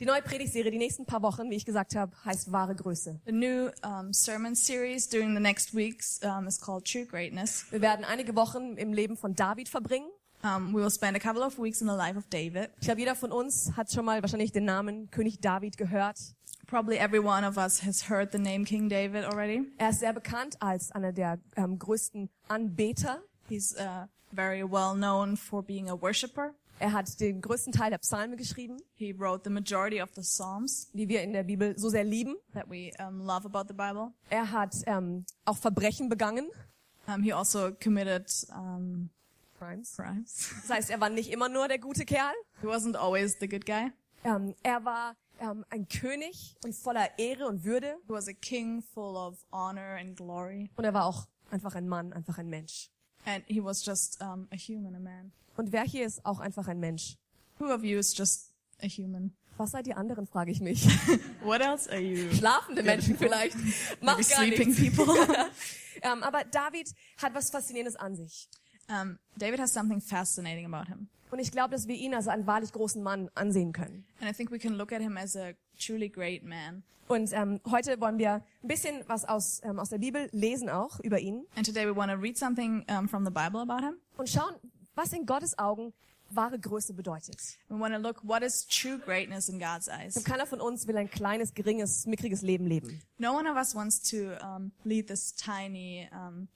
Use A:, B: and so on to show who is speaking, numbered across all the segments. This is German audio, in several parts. A: Die neue Predigtserie die nächsten paar Wochen, wie ich gesagt habe, heißt wahre Größe.
B: The new um, sermon series during the next weeks um, is called True Greatness.
A: Wir werden einige Wochen im Leben von David verbringen.
B: Um, we will spend a couple of weeks in the life of David.
A: Ich glaube, jeder von uns hat schon mal wahrscheinlich den Namen König David gehört.
B: Probably every one of us has heard the name King David already.
A: Er ist sehr bekannt als einer der ähm, größten Anbeter.
B: He's uh, very well known for being a worshiper.
A: Er hat den größten Teil der Psalme geschrieben,
B: He wrote the majority of the Psalms
A: die wir in der Bibel so sehr lieben.
B: that we um, love about the Bible.
A: Er hat ähm, auch Verbrechen begangen.
B: Um, he also committed um,
A: Crimes.
B: crimes.
A: Das heißt, er war nicht immer nur der gute Kerl.
B: he wasn't always the good guy.
A: Ähm, er war ähm, ein König und voller Ehre und Würde.
B: He was a king full of honor and glory.
A: Und er war auch einfach ein Mann, einfach ein Mensch.
B: And he was just um, a human, a man.
A: Und wer hier ist auch einfach ein Mensch?
B: Who of you is just a human?
A: Was seid ihr anderen, frage ich mich.
B: What else are you?
A: Schlafende Menschen vielleicht. Macht gar
B: sleeping
A: nichts.
B: people.
A: Ähm, aber David hat was Faszinierendes an sich.
B: um, David has something fascinating about him.
A: Und ich glaube, dass wir ihn als einen wahrlich großen Mann ansehen können.
B: And I think we can look at him as a truly great man.
A: Und ähm, heute wollen wir ein bisschen was aus, ähm, aus der Bibel lesen auch über ihn
B: And today we want to read something um, from the Bible about him.
A: und schauen, was in Gottes Augen wahre Größe bedeutet.
B: We want to look what is true greatness in God's eyes.
A: Keiner von uns will ein kleines, geringes, mickriges Leben leben.
B: No one of us wants to um, lead this tiny, um,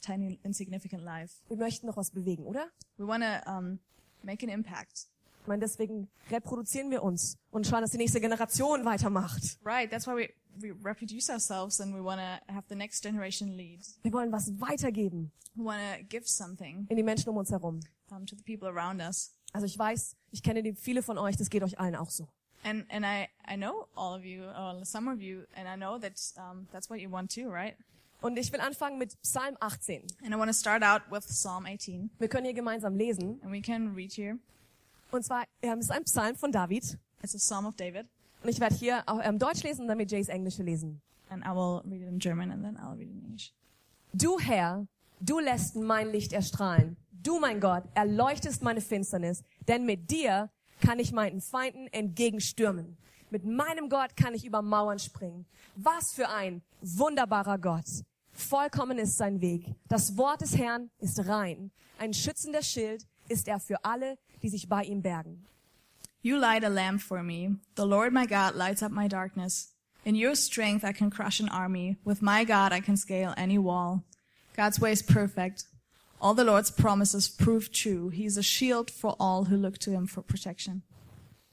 B: tiny, insignificant life.
A: Wir möchten noch was bewegen, oder?
B: We want to um, make an impact.
A: Ich meine, deswegen reproduzieren wir uns und schauen, dass die nächste Generation weitermacht.
B: Right. That's why we, we reproduce ourselves and we want to have the next generation lead.
A: Wir wollen was weitergeben
B: We want to give something
A: in die Menschen um uns herum.
B: um, to the people around us.
A: Also ich weiß, ich kenne die, viele von euch, das geht euch allen auch so.
B: And, and I, I know all of you, or some of you, and I know that um, that's what you want too, right?
A: Und ich will anfangen mit Psalm 18.
B: And I want to start out with Psalm 18.
A: Wir können hier gemeinsam lesen.
B: And we can read here.
A: Und zwar ähm, es ist ein Psalm von David.
B: It's a Psalm of David.
A: Und ich werde hier auch ähm, Deutsch lesen und dann mit Jays Englische lesen.
B: And I will read it in German and then I'll read it in English.
A: Du Herr, du lässt mein Licht erstrahlen. Du, mein Gott, erleuchtest meine Finsternis. Denn mit dir kann ich meinen Feinden entgegenstürmen. Mit meinem Gott kann ich über Mauern springen. Was für ein wunderbarer Gott. Vollkommen ist sein Weg. Das Wort des Herrn ist rein. Ein schützender Schild ist er für alle, die sich bei ihm bergen.
B: You light a lamp for me. The Lord my God lights up my darkness. In your strength I can crush an army. With my God I can scale any wall. God's way is perfect. All the Lord's promises prove true. He is a shield for all who look to him for protection.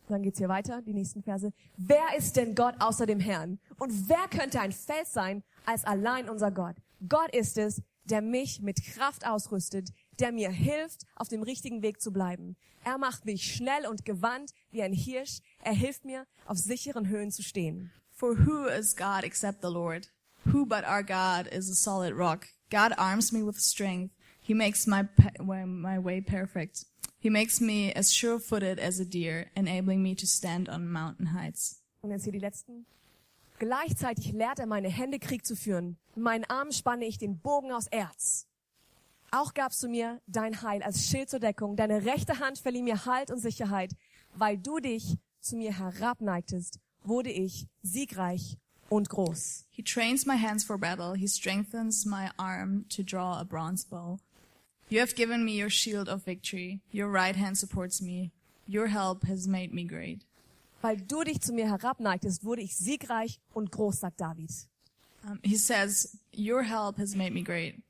A: Dann geht's hier weiter, die nächsten Verse. Wer ist denn Gott außer dem Herrn? Und wer könnte ein Fels sein als allein unser Gott? Gott ist es, der mich mit Kraft ausrüstet, der mir hilft, auf dem richtigen Weg zu bleiben. Er macht mich schnell und gewandt wie ein Hirsch. Er hilft mir, auf sicheren Höhen zu stehen.
B: For who is God except the Lord? Who but our God is a solid rock? God arms me with strength. He makes my pa- way- my way perfect. He makes me as sure-footed as a deer, enabling me to stand on mountain heights.
A: Und jetzt hier die letzten. Gleichzeitig lehrt er meine Hände Krieg zu führen. In meinen Armen spanne ich den Bogen aus Erz. Auch gabst du mir dein Heil als Schild zur Deckung. Deine rechte Hand verlieh mir Halt und Sicherheit. Weil du dich zu mir herabneigtest, wurde ich siegreich und groß.
B: He trains my hands for battle. He strengthens my arm to draw a bronze bow. You have given me your shield of victory. Your right hand supports me. Your help has made me great.
A: Weil du dich zu mir herabneigtest, wurde ich siegreich und groß, sagt David.
B: Um, he says, Your help has made me great.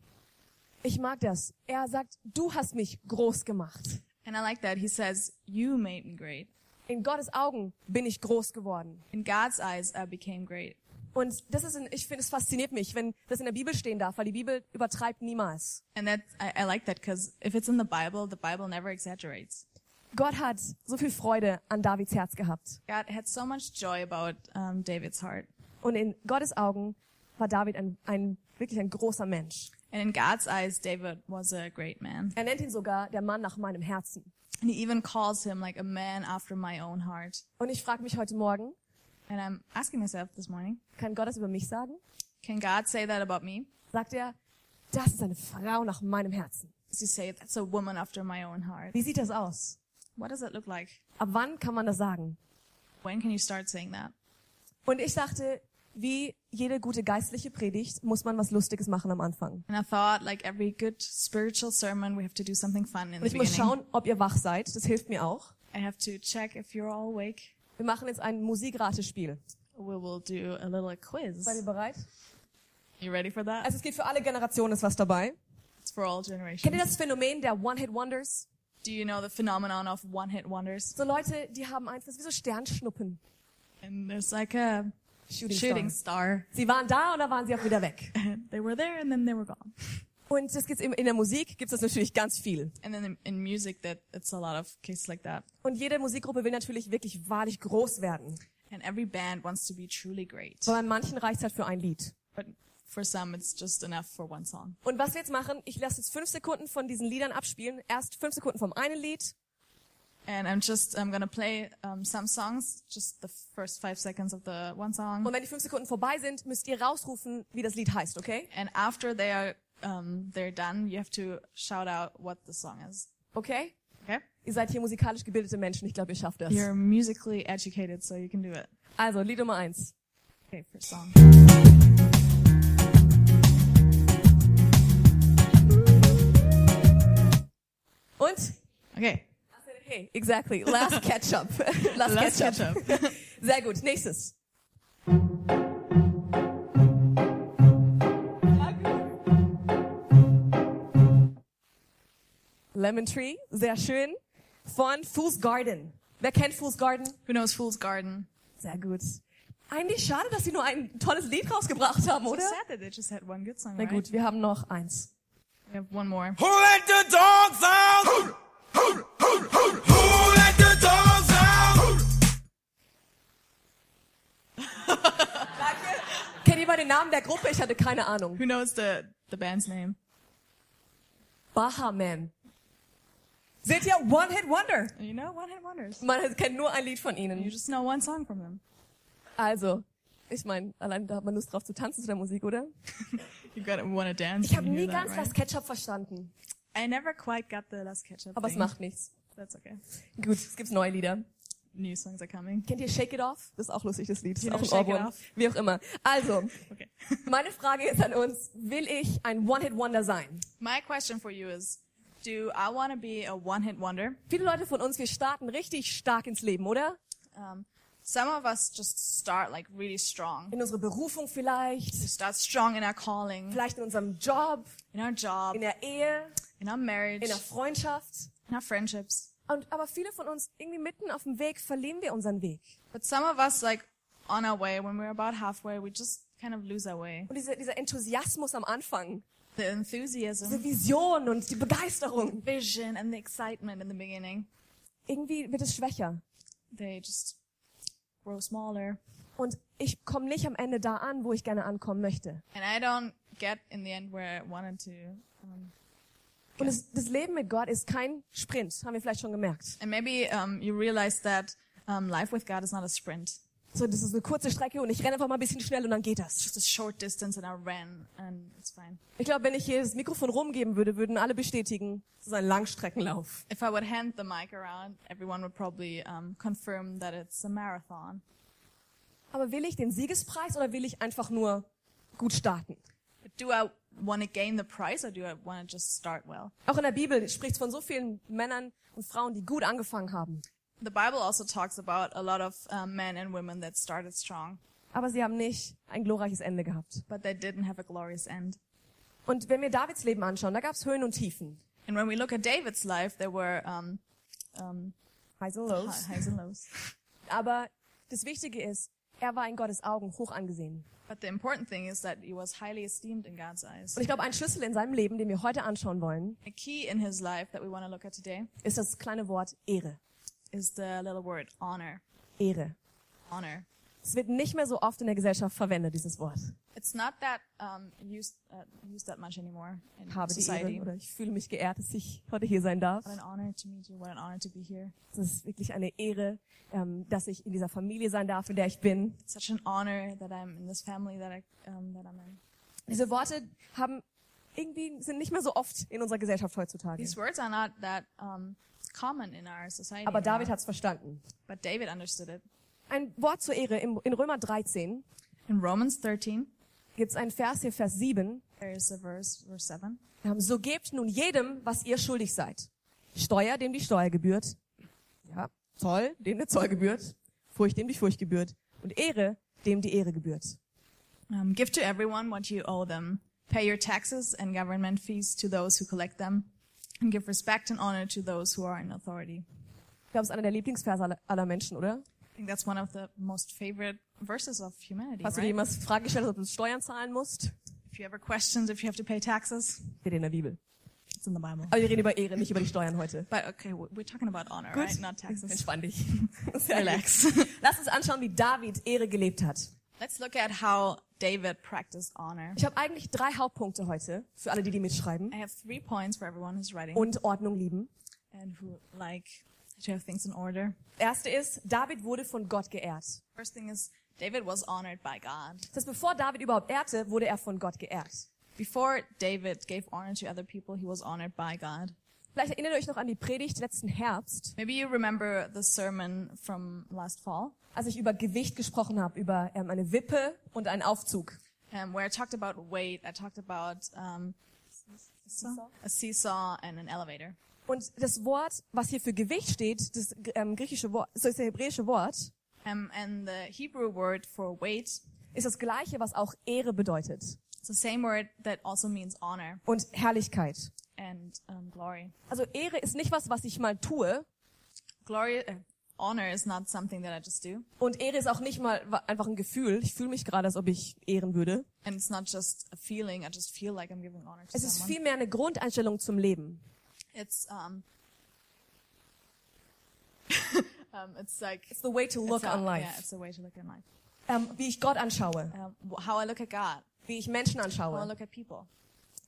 A: Ich mag das. Er sagt, du hast mich groß gemacht.
B: And I like that. He says, You made me great.
A: In Gottes Augen bin ich groß geworden.
B: In God's eyes, I became great.
A: Und das ist, ein, ich finde, es fasziniert mich, wenn das in der Bibel stehen darf, weil die Bibel übertreibt niemals.
B: And that I, I like that because if it's in the Bible, the Bible never exaggerates.
A: Gott hat so viel Freude an Davids Herz gehabt.
B: God had so much joy about um, David's heart.
A: Und in Gottes Augen war David ein, ein wirklich ein großer Mensch.
B: And in God's eyes, David was a great man.
A: Er nennt ihn sogar der Mann nach meinem Herzen.
B: And he even calls him like a man after my own heart.
A: Und ich frage mich heute Morgen,
B: And I'm asking myself this morning,
A: kann Gott das über mich sagen?
B: can God say that about me?
A: Sagt er, das ist eine Frau nach meinem Herzen.
B: Does he say that's a woman after my own heart?
A: Wie sieht das aus?
B: What does it look like?
A: Ab wann kann man das sagen?
B: When can you start saying that?
A: Und ich dachte, wie jede gute geistliche Predigt muss man was Lustiges machen am Anfang.
B: And I thought, like every good spiritual sermon, we have to do something fun
A: Und
B: in the
A: ich muss
B: beginning.
A: schauen, ob ihr wach seid. Das hilft mir auch.
B: I have to check if you're all awake.
A: Wir machen jetzt ein Musikratespiel.
B: We will do a little quiz.
A: Seid ihr bereit?
B: You ready for that?
A: Also es geht für alle Generationen ist was dabei.
B: It's for all
A: Kennt
B: generations.
A: ihr das Phänomen der One-Hit-Wonders?
B: Do you know the phenomenon of one-hit wonders?
A: So Leute, die haben eins, das ist wie so Sternschnuppen.
B: And there's like a
A: Shooting,
B: shooting
A: Stars.
B: star.
A: Sie waren da und dann waren sie auch wieder weg.
B: they were there and then they were gone.
A: Und das gibt's im- in der Musik gibt's das natürlich ganz viel.
B: And then in, in music, that it's a lot of cases like that.
A: Und jede Musikgruppe will natürlich wirklich wahrlich groß werden.
B: And every band wants to be truly great,
A: Aber bei manchen reicht's halt für ein Lied.
B: but for some, it's just enough for one song.
A: Und was wir jetzt machen, ich lasse jetzt fünf Sekunden von diesen Liedern abspielen. Erst fünf Sekunden vom einen Lied
B: And I'm just I'm gonna play um, some songs, just the first five seconds of the one song.
A: Und wenn die fünf Sekunden vorbei sind, müsst ihr rausrufen, wie das Lied heißt, okay?
B: And after they are um, they're done, you have to shout out what the song is.
A: Okay?
B: Okay?
A: Ihr seid hier musikalisch gebildete Menschen. Ich glaube, ihr schafft das.
B: You're musically educated, so you can do it.
A: Also, Lied Nummer eins.
B: Okay, first song.
A: Und?
B: Okay.
A: Hey, exactly. Last Ketchup. Last,
B: Last
A: Ketchup.
B: ketchup.
A: Sehr gut. Nächstes. Lemon Tree. Sehr schön. Von Fool's Garden. Wer kennt Fool's Garden?
B: Who knows Fool's Garden?
A: Sehr gut. Eigentlich schade, dass sie nur ein tolles Lied rausgebracht haben,
B: It's
A: oder?
B: sad that they just had one good song,
A: Na
B: right?
A: gut, wir haben noch eins.
B: We have one more.
C: Who let the dogs out? Who let the dogs out?
A: Kennt ihr mal den Namen der Gruppe? Ich hatte keine Ahnung.
B: Who knows the the band's name?
A: Bahaman. Seht ihr? One Hit Wonder.
B: You know, one hit wonders.
A: Man kennt nur ein Lied von
B: You
A: ihnen.
B: just know one song from them.
A: Also, ich meine, allein da hat man Lust drauf zu tanzen zu der Musik, oder?
B: You gotta wanna dance.
A: Ich
B: when
A: habe
B: you
A: nie
B: hear that,
A: ganz
B: right?
A: das Ketchup verstanden.
B: I never quite got the last ketchup.
A: Aber es
B: thing.
A: macht nichts.
B: That's okay.
A: Gut, es gibt neue Lieder.
B: New songs are coming.
A: Kennt ihr Shake It Off? Das ist auch lustig, das Lied. Das ist
B: You know
A: auch ein
B: Shake It
A: Ohrwurm.
B: Off?
A: Wie auch immer. Also,
B: Okay.
A: meine Frage ist an uns, will ich ein One-Hit-Wonder sein?
B: My question for you is, do I want to be a one-hit wonder?
A: Viele Leute von uns, wir starten richtig stark ins Leben, oder?
B: Um, some of us just start like really strong.
A: In unsere Berufung vielleicht,
B: We start strong in our calling,
A: vielleicht in unserem Job,
B: in our job,
A: in der Ehe,
B: in our marriage,
A: in der Freundschaft.
B: in our friendships.
A: Und, aber viele von uns, irgendwie mitten auf dem Weg, verlieren wir unseren Weg.
B: But some of us, like on our way, when we're about halfway, we just kind of lose our way.
A: Und dieser, dieser Enthusiasmus am Anfang,
B: The enthusiasm,
A: diese Vision und die Begeisterung,
B: vision, and the excitement in the beginning,
A: irgendwie wird es schwächer.
B: they just grow smaller.
A: Und ich komme nicht am Ende da an, wo ich gerne ankommen möchte.
B: And I don't get in the end where I wanted to. Um,
A: Und das, das Leben mit Gott ist kein Sprint, haben wir vielleicht schon gemerkt.
B: and maybe um, you realize that um, life with God is not a sprint.
A: So, das ist eine kurze Strecke und ich renne einfach mal ein bisschen schnell und dann geht das.
B: It's a short distance and I ran and it's fine.
A: Ich glaube, wenn ich hier das Mikrofon rumgeben würde, würden alle bestätigen, es ist ein Langstreckenlauf.
B: If I would hand the mic around, everyone would probably um, confirm that it's a marathon.
A: Aber will ich den Siegespreis oder will ich einfach nur gut starten?
B: But do I want to gain the prize or do I want to just start well?
A: Auch in der Bibel spricht es von so vielen Männern und Frauen, die gut angefangen haben.
B: The Bible also talks about a lot of um, men and women that started strong,
A: Aber sie haben nicht ein glorreiches Ende gehabt.
B: but they didn't have a glorious end.
A: Und wenn wir Davids Leben anschauen, da gab es Höhen und Tiefen.
B: And when we look at David's life, there were um, um,
A: Highs und
B: hi-
A: Lows.
B: highs and lows.
A: Aber das Wichtige ist, er war in Gottes Augen hoch angesehen.
B: But the important thing is that he was highly esteemed in God's eyes.
A: Und ich glaube, ein Schlüssel in seinem Leben, den wir heute anschauen wollen,
B: A key in his life that we want to look at today
A: ist das kleine Wort Ehre.
B: is the little word honor.
A: Ehre.
B: Honor.
A: Es wird nicht mehr so oft in der Gesellschaft verwendet, dieses Wort.
B: It's not that um, used uh, used that much anymore in
A: Ich habe die
B: society.
A: Ehre oder ich fühle mich geehrt, dass ich heute hier sein darf.
B: What an honor to meet you. What an honor to be here.
A: Es ist wirklich eine Ehre, ähm, dass ich in dieser Familie sein darf, in der ich bin.
B: It's such an honor that I'm in this family that I um, that I'm in.
A: Diese Worte haben irgendwie sind nicht mehr so oft in unserer Gesellschaft heutzutage.
B: These words are not that um, common in our society.
A: Aber
B: anymore.
A: David hat es verstanden.
B: but David understood it.
A: ein Wort zur Ehre. Im- In Römer 13
B: In Romans 13,
A: gibt es einen Vers hier, Vers 7.
B: there is a verse, verse 7.
A: Wir haben, so gebt nun jedem, was ihr schuldig seid. Steuer, dem die Steuer gebührt. Ja, Zoll, dem der Zoll gebührt. Furcht, dem die Furcht gebührt. Und Ehre, dem die Ehre gebührt.
B: Um, give to everyone what you owe them. Pay your taxes and government fees to those who collect them, and give respect and honor to those who are in authority.
A: Ich glaube, es ist einer der Lieblingsverse aller, aller Menschen, oder?
B: I think that's one of the most favorite verses of humanity.
A: Hast du dir
B: right?
A: jemals Fragen gestellt, ob du Steuern zahlen musst?
B: If you ever questions if you have to pay taxes,
A: Steht in der Bibel.
B: it's in the Bible.
A: Aber wir reden über Ehre, nicht über die Steuern heute.
B: But okay, w- we're talking about honor,
A: Gut.
B: right? Not taxes.
A: Entspann dich.
B: Relax.
A: Lass uns anschauen, wie David Ehre gelebt hat.
B: Let's look at how David practiced honor.
A: Ich habe eigentlich drei Hauptpunkte heute, für alle, die die mitschreiben
B: I have three points for everyone who's writing
A: und Ordnung lieben.
B: and who like to have things in order.
A: Erste ist, David wurde von Gott geehrt.
B: First thing is David was honored by God.
A: Das heißt, bevor David überhaupt ehrte, wurde er von Gott geehrt.
B: Before David gave honor to other people, he was honored by God.
A: Vielleicht erinnert ihr euch noch an die Predigt letzten Herbst,
B: Maybe you remember the sermon from last fall,
A: als ich über Gewicht gesprochen habe, über ähm, eine Wippe und einen Aufzug.
B: um, where I talked about weight. I talked about um, a seesaw and an elevator.
A: Und das Wort, was hier für Gewicht steht, das ähm, griechische Wort, so ist der hebräische Wort,
B: Um, and the Hebrew word for weight
A: ist das gleiche, was auch Ehre bedeutet
B: is the same word that also means honor
A: und Herrlichkeit.
B: and um, glory.
A: Also Ehre ist nicht was, was ich mal tue
B: Glory, uh, honor is not something that I just do,
A: und Ehre ist auch nicht mal wa- einfach ein Gefühl. Ich fühle mich gerade, als ob ich ehren würde.
B: and it's not just a feeling. I just feel like I'm giving honor to
A: Es ist
B: someone.
A: vielmehr eine Grundeinstellung zum Leben.
B: It's um, um, it's like
A: It's the way to look
B: it's a-
A: on
B: Yeah,
A: life.
B: it's a way to look on life.
A: Ähm, wie ich Gott anschaue,
B: Um, wh- how I look at God,
A: wie ich Menschen
B: how I
A: anschaue.
B: look at people.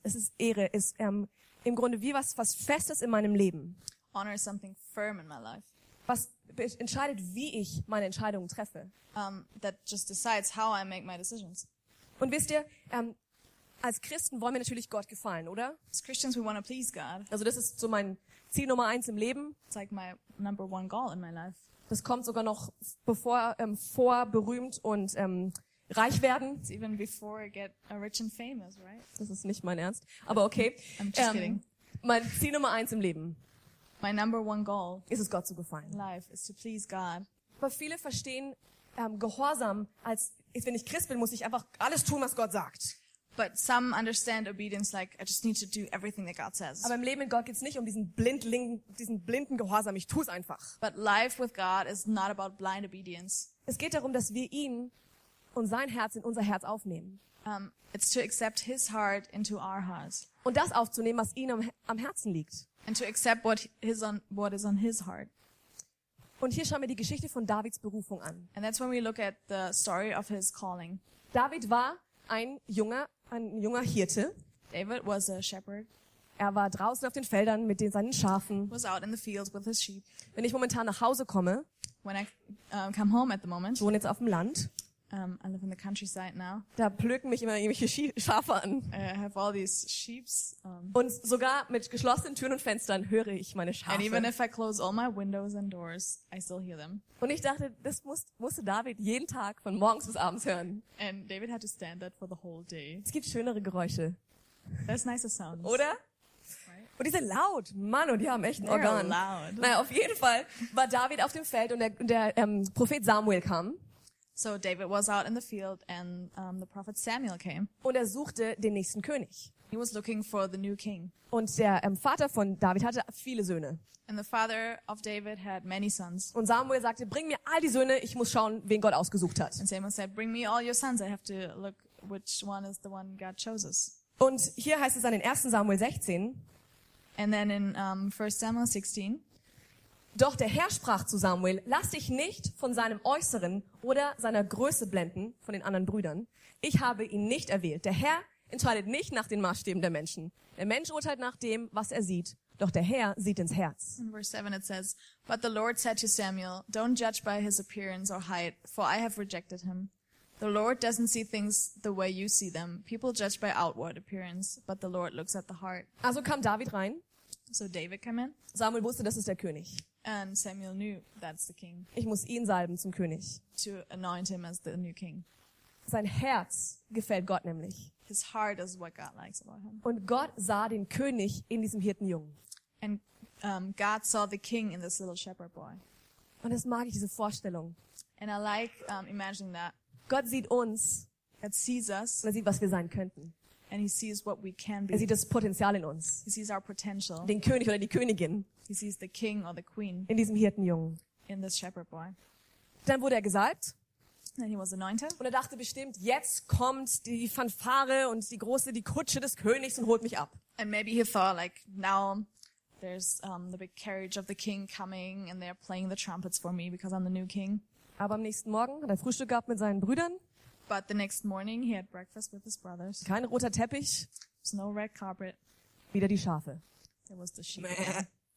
A: Es ist Ehre, ist ähm, im Grunde wie was, was Festes in meinem Leben,
B: Honor is something firm in my life
A: was be- entscheidet, wie ich meine Entscheidungen treffe.
B: um, that just decides how I make my decisions.
A: Und wisst ihr, ähm, als Christen wollen wir natürlich Gott gefallen, oder?
B: As Christians, we want to please God.
A: Also das ist so mein Ziel Nummer eins im Leben.
B: It's like my number one goal in my life.
A: Das kommt sogar noch bevor, ähm, vor berühmt und ähm, reich werden.
B: It's even before I get uh, rich and famous, right?
A: Das ist nicht mein Ernst, aber okay.
B: I'm just
A: Ähm,
B: kidding.
A: mein Ziel Nummer eins im Leben
B: My number one goal
A: ist es, Gott zu
B: in
A: gefallen.
B: life is to please God.
A: Aber viele verstehen ähm, Gehorsam als, wenn ich Christ bin, muss ich einfach alles tun, was Gott sagt.
B: But some understand obedience like I just need to do everything that God says.
A: Aber im Leben mit Gott geht's nicht um diesen, blindling, diesen blinden Gehorsam. Ich tue es einfach.
B: But life with God is not about blind obedience.
A: Es geht darum, dass wir ihn und sein Herz in unser Herz aufnehmen.
B: Um, it's to accept His heart into our hearts
A: Und das aufzunehmen, was ihm am, am Herzen liegt.
B: and to accept what is on what is on His heart.
A: Und hier schauen wir die Geschichte von Davids Berufung an.
B: And that's when we look at the story of his calling.
A: David war ein junger, ein junger Hirte.
B: David was a shepherd,
A: Er war draußen auf den Feldern mit den, seinen Schafen.
B: was out in the fields with his sheep.
A: Wenn ich momentan nach Hause komme,
B: When I um, come home at the moment,
A: ich wohne jetzt auf dem Land,
B: um, I live in the countryside now.
A: da plöken mich immer irgendwelche Schie- Schafe an.
B: I have all these sheeps, um,
A: Und sogar mit geschlossenen Türen und Fenstern höre ich meine
B: and even
A: Schafe.
B: if I close all my windows and doors, I still hear them.
A: Und ich dachte, das muss, musste David jeden Tag von morgens bis abends hören.
B: And David had to stand that for the whole day.
A: Es gibt schönere Geräusche,
B: That's nicer sounds.
A: oder? Und die sind laut. Mann, und die haben echt ein
B: They're
A: Organ.
B: loud.
A: Naja, auf jeden Fall war David auf dem Feld und der, und der ähm, Prophet Samuel kam
B: So David was out in the field, and um, the prophet Samuel came.
A: und er suchte den nächsten König.
B: He was looking for the new king.
A: Und der ähm, Vater von David hatte viele Söhne.
B: And the father of David had many sons.
A: Und Samuel sagte, bring mir all die Söhne, ich muss schauen, wen Gott ausgesucht hat.
B: And Samuel said, Bring me all your sons. I have to look which one is the one God chooses.
A: Und hier heißt es an den 1. Samuel 16,
B: And then in um, 1 Samuel 16,
A: Doch der Herr sprach zu Samuel, lass dich nicht von seinem Äußeren oder seiner Größe blenden, von den anderen Brüdern. Ich habe ihn nicht erwählt. Der Herr entscheidet nicht nach den Maßstäben der Menschen. Der Mensch urteilt nach dem, was er sieht. Doch der Herr sieht ins Herz.
B: in verse 7, it says, But the Lord said to Samuel, Don't judge by his appearance or height, for I have rejected him. The Lord doesn't see things the way you see them. People judge by outward appearance, but the Lord looks at the heart.
A: Also kam David rein.
B: So David came in,
A: Samuel wusste, das ist der König.
B: And Samuel knew that's the king
A: Ich muss ihn salben zum König.
B: to anoint him as the new king.
A: Sein Herz gefällt Gott nämlich.
B: His heart is what God likes about him.
A: Und Gott sah den König in diesem Hirtenjungen.
B: And um, God saw the king in this little shepherd boy.
A: Und das mag ich, diese Vorstellung.
B: And I like um, imagining that
A: Gott sieht uns
B: God sees us
A: und er sieht, was wir sein könnten.
B: and he sees what we can
A: Er
B: be.
A: sieht das Potenzial in uns.
B: He sees our potential.
A: Den König oder die Königin
B: He sees the king or the queen
A: in diesem Hirtenjungen.
B: in this shepherd boy.
A: Dann wurde er gesalbt
B: And he was anointed.
A: und er dachte bestimmt, jetzt kommt die Fanfare und die große, die Kutsche des Königs und holt mich ab.
B: And maybe he thought, like, now there's um, the big carriage of the king coming and they're playing the trumpets for me because I'm the new king.
A: Aber am nächsten Morgen hat er Frühstück gehabt mit seinen Brüdern.
B: But the next morning, he had breakfast with his brothers.
A: Kein roter Teppich,
B: There's no red carpet.
A: wieder die Schafe.
B: There was the sheep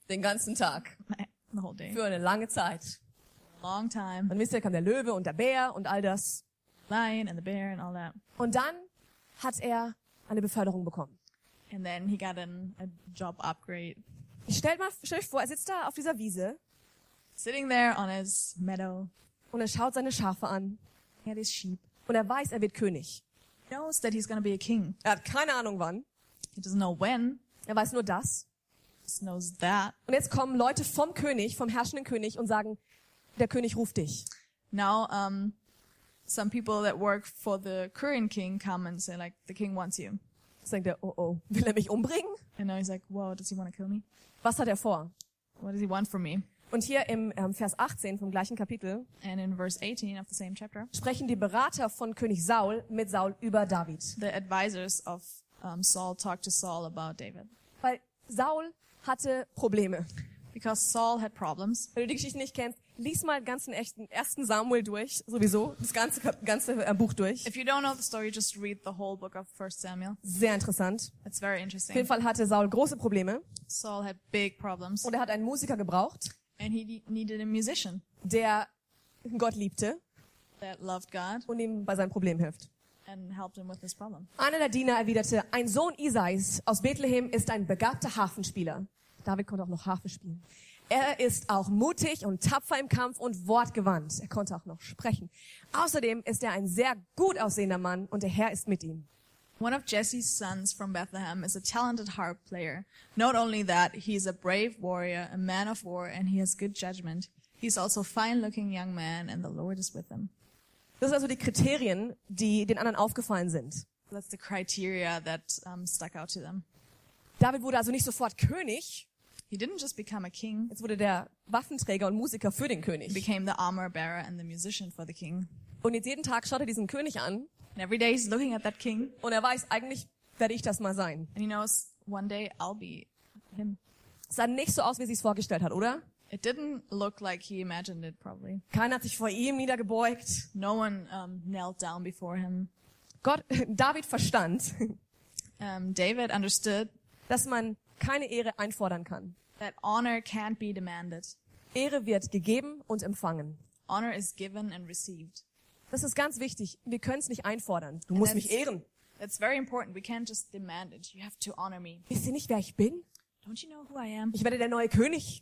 A: Den ganzen Tag.
B: the whole day.
A: Für eine lange Zeit.
B: Long time.
A: Dann wisst ihr, kam der Löwe und der Bär und all das.
B: Lion and the bear and all that.
A: Und dann hat er eine Beförderung bekommen.
B: And then he got an, a job upgrade.
A: Stellt mal, stellt euch vor, er sitzt da auf dieser Wiese
B: Sitting there on his meadow,
A: und er schaut seine Schafe an
B: he had his sheep.
A: und er weiß, er wird König.
B: He knows that he's going to be a king.
A: Er hat keine Ahnung wann.
B: He doesn't know when.
A: Er weiß nur das.
B: Just knows that.
A: Und jetzt kommen Leute vom König, vom herrschenden König und sagen, der König ruft dich.
B: Now, um, some people that work for the Korean king come and say, like, the king wants you.
A: Jetzt denkt er, oh oh, will er mich umbringen?
B: And now he's like, whoa, does he want to kill me?
A: Was hat er vor?
B: What does he want from me?
A: Und hier im ähm, Vers 18 vom gleichen Kapitel
B: And in verse 18 of the same chapter,
A: sprechen die Berater von König Saul mit Saul über David.
B: the advisors of um, Saul talked to Saul about David.
A: Weil Saul hatte Probleme.
B: Because Saul had problems.
A: Wenn du die Geschichte nicht kennst, lies mal den ganzen echten ersten Samuel durch, sowieso, das ganze, Kap- ganze äh, Buch durch.
B: If you don't know the story, just read the whole book of First Samuel.
A: Sehr interessant.
B: It's very
A: Auf jeden
B: interesting.
A: Fall hatte Saul große Probleme
B: Saul had big problems.
A: und er hat einen Musiker gebraucht,
B: And he de- needed a musician
A: der Gott liebte
B: that loved God
A: und ihm bei seinem Problem hilft.
B: and helped him with his problem.
A: Einer der Diener erwiderte, ein Sohn Isais aus Bethlehem ist ein begabter Hafenspieler. David konnte auch noch Harfe spielen. Er ist auch mutig und tapfer im Kampf und wortgewandt. Er konnte auch noch sprechen. Außerdem ist er ein sehr gut aussehender Mann und der Herr ist mit ihm.
B: One of Jesse's sons from Bethlehem is a talented harp player. Not only that, he's a brave warrior, a man of war, and he has good judgment. He's also a fine-looking young man, and the Lord is with him.
A: Das sind also die Kriterien, die den anderen aufgefallen sind.
B: That's the criteria that um, stuck out to them.
A: David wurde also nicht sofort König.
B: He didn't just become a king;
A: Jetzt wurde der Waffenträger und Musiker für den
B: he
A: König.
B: became the armor bearer and the musician for the king.
A: Und jetzt jeden Tag schaut er diesen König an
B: And every day he's looking at that king,
A: und er weiß, eigentlich werde ich das mal sein.
B: and he knows one day I'll be him.
A: Es sah nicht so aus, wie er sich vorgestellt hat, oder?
B: It didn't look like he imagined it, probably.
A: Keiner hat sich vor ihm niedergebeugt.
B: No one um, knelt down before him.
A: Gott, David verstand,
B: Um, David understood
A: dass man keine Ehre einfordern kann.
B: that honor can't be demanded.
A: Ehre wird gegeben und empfangen.
B: Honor is given and received.
A: Das ist ganz wichtig. Wir können es nicht einfordern. Du musst mich ehren.
B: That's very important. We can't just demand it. You have to honor me.
A: Wisst ihr nicht, wer ich bin?
B: Don't you know who I am?
A: Ich werde der neue König.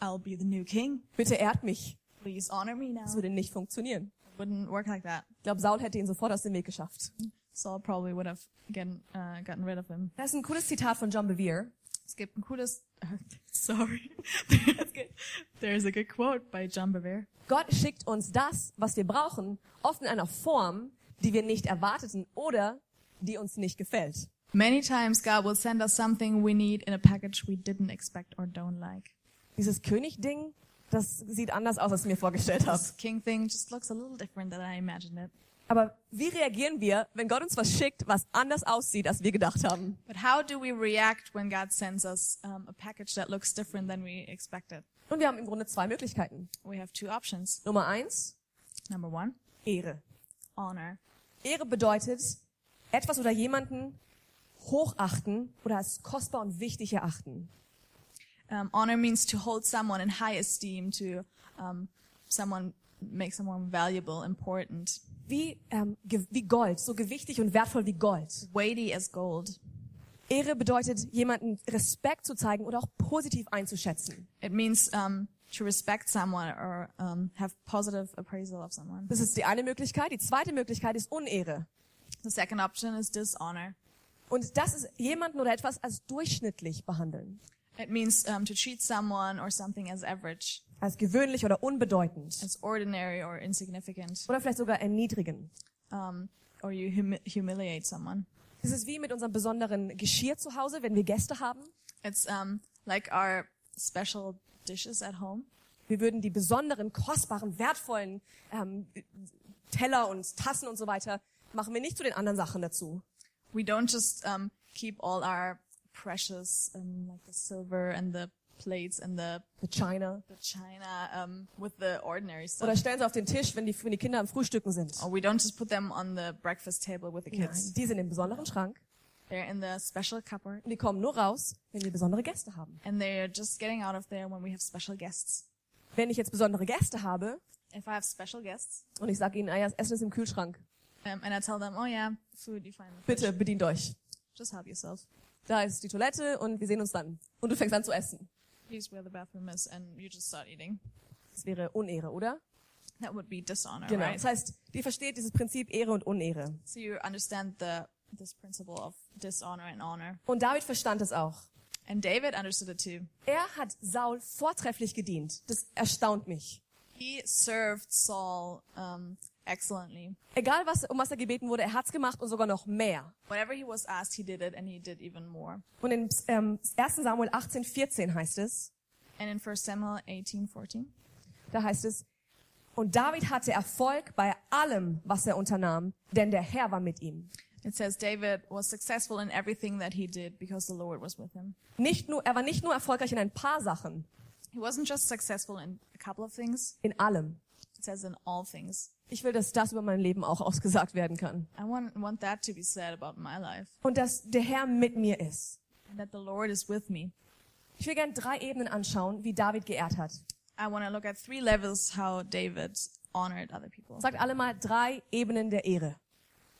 B: I'll be the new king.
A: Bitte ehrt mich.
B: Please honor me now.
A: Das
B: It
A: würde nicht funktionieren.
B: wouldn't work like that.
A: Ich glaube, Saul hätte ihn sofort aus dem Weg geschafft.
B: Saul probably would have again, uh, gotten rid of him.
A: Das ist ein cooles Zitat von John Bevere.
B: Es gibt ein cooles, sorry. There's good- There's a good quote by John Bevere.
A: Gott schickt uns das, was wir brauchen, oft in einer Form, die wir nicht erwarteten oder die uns nicht gefällt.
B: Many times God will send us something we need in a package we didn't expect or don't like.
A: Dieses König-Ding, das sieht anders aus, als ich mir vorgestellt habe.
B: This king thing just looks a little different than I imagined it.
A: Aber wie reagieren wir, wenn Gott uns was schickt, was anders aussieht, als wir gedacht haben?
B: But how do we react when God sends us um, a package that looks different than we expected?
A: Und wir haben im Grunde zwei Möglichkeiten.
B: We have two options.
A: Nummer eins,
B: Number one,
A: Ehre.
B: honor.
A: Ehre bedeutet, etwas oder jemanden hochachten oder als kostbar und wichtig erachten.
B: Um, honor means to hold someone in high esteem, to um, someone make someone valuable, important,
A: Wie, ähm, ge- wie Gold, so gewichtig und wertvoll wie Gold.
B: weighty as gold.
A: Ehre bedeutet, jemanden Respekt zu zeigen oder auch positiv einzuschätzen.
B: It means um, to respect someone or um, have positive appraisal of someone.
A: Das ist die eine Möglichkeit. Die zweite Möglichkeit ist Unehre.
B: The second option is dishonor.
A: Und das ist jemanden oder etwas als durchschnittlich behandeln.
B: It means um, to treat someone or something as average,
A: Als gewöhnlich oder unbedeutend.
B: as ordinary or insignificant,
A: Oder vielleicht sogar erniedrigen.
B: um, or you humi- humiliate someone.
A: Es ist wie mit unserem besonderen Geschirr zu Hause, wenn wir Gäste haben.
B: It's um, like our special dishes at home.
A: Wir würden die besonderen, kostbaren, wertvollen ähm, Teller und Tassen und so weiter machen wir nicht zu den anderen Sachen dazu.
B: We don't just um, keep all our precious, um, like the silver and the plates and the,
A: The China.
B: the china um, with the ordinary stuff.
A: Oder stellen sie auf den Tisch, wenn die, wenn die Kinder am Frühstücken sind.
B: Or we don't just put them on the breakfast table with the kids.
A: Nein, die sind im besonderen Schrank
B: They're in the special cupboard
A: und die kommen nur raus, wenn wir besondere Gäste haben.
B: and they're just getting out of there when we have special guests.
A: Wenn ich jetzt besondere Gäste habe
B: If I have special guests
A: und ich sage ihnen, ah ja, das Essen ist im Kühlschrank,
B: um, and I tell them, oh yeah, food, you find it.
A: bitte bedient euch.
B: Just help yourself.
A: Da ist die Toilette und wir sehen uns dann. Und du fängst an zu essen.
B: Here's where the bathroom is and you just start eating.
A: Das wäre Unehre, oder?
B: That would be dishonor,
A: Genau.
B: right?
A: Das heißt, die versteht dieses Prinzip Ehre und Unehre.
B: So you understand the this principle of dishonor and honor.
A: Und David verstand es auch.
B: And David understood it too.
A: Er hat Saul vortrefflich gedient. Das erstaunt mich.
B: He served Saul um, excellently.
A: Egal, was, um was er gebeten wurde, er hat's gemacht und sogar noch mehr.
B: Whatever he was asked, he did it, and he did even more.
A: Und in ähm, 1 Samuel 18, 14 heißt es,
B: And in 1 Samuel 18, 14,
A: da heißt es, und David hatte Erfolg bei allem, was er unternahm, denn der Herr war mit ihm.
B: It says David was successful in everything that he did because the Lord was with him.
A: Nicht nur, er war nicht nur erfolgreich in ein paar Sachen,
B: He wasn't just successful in a couple of things,
A: in allem.
B: it says in all things.
A: Ich will, dass das über mein Leben auch ausgesagt werden kann.
B: I want, want that to be said about my life,
A: Und dass der Herr mit mir ist.
B: and that the Lord is with me.
A: Ich will gern drei Ebenen anschauen, wie David geehrt hat.
B: I want to look at three levels how David honored other people.
A: Sagt alle mal drei Ebenen der Ehre.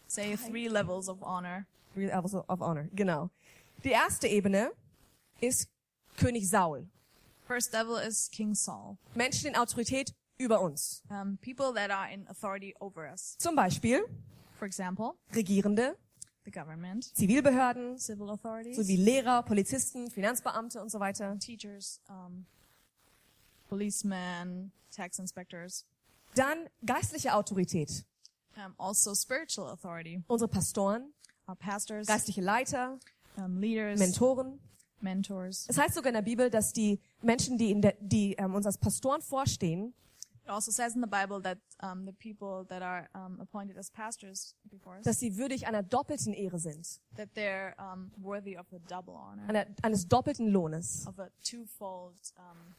B: Say three levels of honor.
A: Three levels of honor. Genau. Die erste Ebene ist König Saul.
B: First level is King Saul,
A: Menschen in Autorität über uns.
B: um, people that are in authority over us.
A: Zum Beispiel
B: For example,
A: Regierende,
B: the government,
A: Zivilbehörden,
B: civil authorities,
A: sowie Lehrer, Polizisten, Finanzbeamte und so weiter.
B: teachers, um, policemen, tax inspectors,
A: Dann geistliche Autorität.
B: um, also spiritual authority,
A: Unsere Pastoren,
B: our pastors,
A: geistliche Leiter,
B: um, leaders,
A: Mentoren.
B: mentors.
A: Es heißt sogar in der Bibel, dass die Menschen, die, in der, die ähm, uns als Pastoren vorstehen,
B: It also says in the Bible that um, the people that are um, appointed as pastors before us,
A: dass sie würdig einer doppelten Ehre sind,
B: that they're um, worthy of the double honor,
A: einer, eines doppelten Lohnes.
B: of a twofold, um,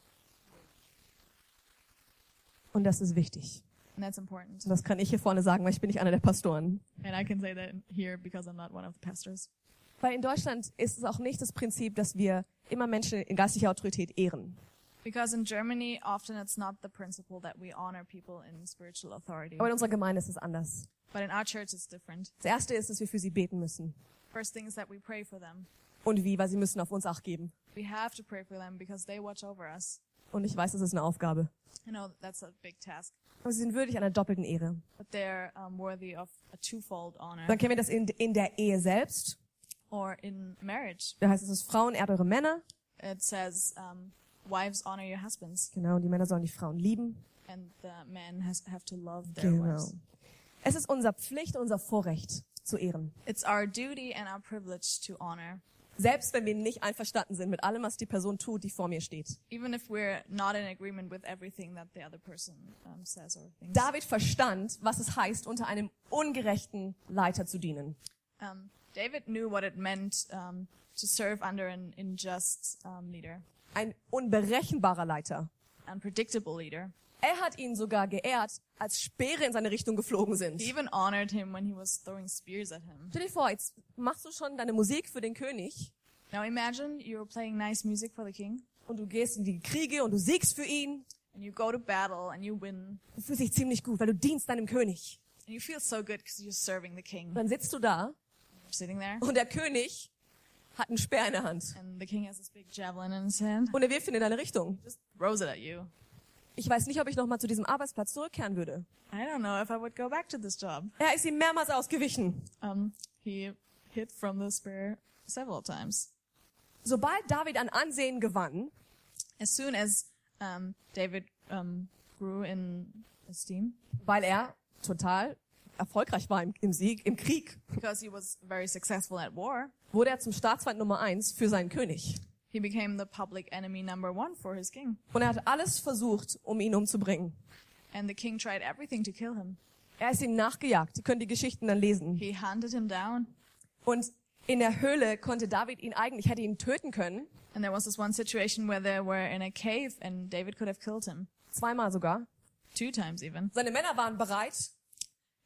A: Und das ist wichtig.
B: and that's important.
A: Und das kann ich hier vorne sagen, weil ich bin nicht einer der Pastoren.
B: And I can say that here because I'm not one of the pastors.
A: Weil in Deutschland ist es auch nicht das Prinzip, dass wir immer Menschen in geistlicher Autorität ehren.
B: Because in Germany, often it's not the principle that we honor people in spiritual authority.
A: Aber in unserer Gemeinde ist es anders.
B: But in our church, it's different.
A: Das Erste ist, dass wir für sie beten müssen.
B: First thing is that we pray for them.
A: Und wie, weil sie müssen auf uns Acht geben.
B: We have to pray for them because they watch over us.
A: Und ich weiß, das ist eine Aufgabe.
B: You know, that's a big task.
A: Aber sie sind würdig einer doppelten Ehre.
B: But they're um, worthy of a twofold honor.
A: Dann kennen wir das in, in der Ehe selbst.
B: Or in marriage,
A: Da heißt es, dass Frauen ehrt eure Männer.
B: it says, um, wives honor your husbands,
A: Genau, und die Männer sollen die Frauen lieben.
B: and the men has, have to love their
A: Genau.
B: wives.
A: Es ist unsere Pflicht und unser Vorrecht zu ehren.
B: It's our duty and our privilege to honor.
A: Selbst wenn wir nicht einverstanden sind mit allem, was die Person tut, die vor mir steht.
B: even if we're not in agreement with everything that the other person um, says or thinks.
A: David verstand, was es heißt, unter einem ungerechten Leiter zu dienen.
B: Um, David knew what it meant um, to serve under an unjust um, leader,
A: Ein unberechenbarer Leiter.
B: unpredictable leader.
A: Er hat ihn sogar geehrt, als Speere in seine Richtung geflogen sind.
B: He even honored him when he was throwing spears at him.
A: Stell dir vor, jetzt machst du schon deine Musik für den König
B: Now imagine you're playing nice music for the king,
A: und du gehst in die Kriege und du siegst für ihn.
B: and you go to battle and you win,
A: Du fühlst dich ziemlich gut, weil du dienst deinem König.
B: and you feel so good because you're serving the king.
A: Und dann sitzt du da
B: You're sitting there,
A: und der König hat einen Speer in der Hand.
B: and the king has this big javelin in his hand.
A: Und er wirft ihn in deine Richtung.
B: Just throws it at you.
A: Ich weiß nicht, ob ich nochmal zu diesem Arbeitsplatz zurückkehren würde.
B: I don't know if I would go back to this job.
A: Er ist ihm mehrmals ausgewichen.
B: Um, he hit from the spear several times.
A: Sobald David an Ansehen gewann,
B: As soon as um, David um, grew in esteem,
A: weil er total erfolgreich war im, im Sieg, im Krieg,
B: because he was very successful at war,
A: wurde er zum Staatsfeind Nummer eins für seinen König.
B: he became the public enemy number one for his king.
A: Und er hat alles versucht, um ihn umzubringen.
B: And the king tried everything to kill him.
A: Er ist ihm nachgejagt. Ihr könnt die Geschichten dann lesen.
B: He hunted him down.
A: Und in der Höhle konnte David ihn eigentlich, hätte ihn töten können.
B: And there was this one situation where they were in a cave and David could have killed him.
A: Zweimal sogar.
B: Two times even.
A: Seine Männer waren bereit.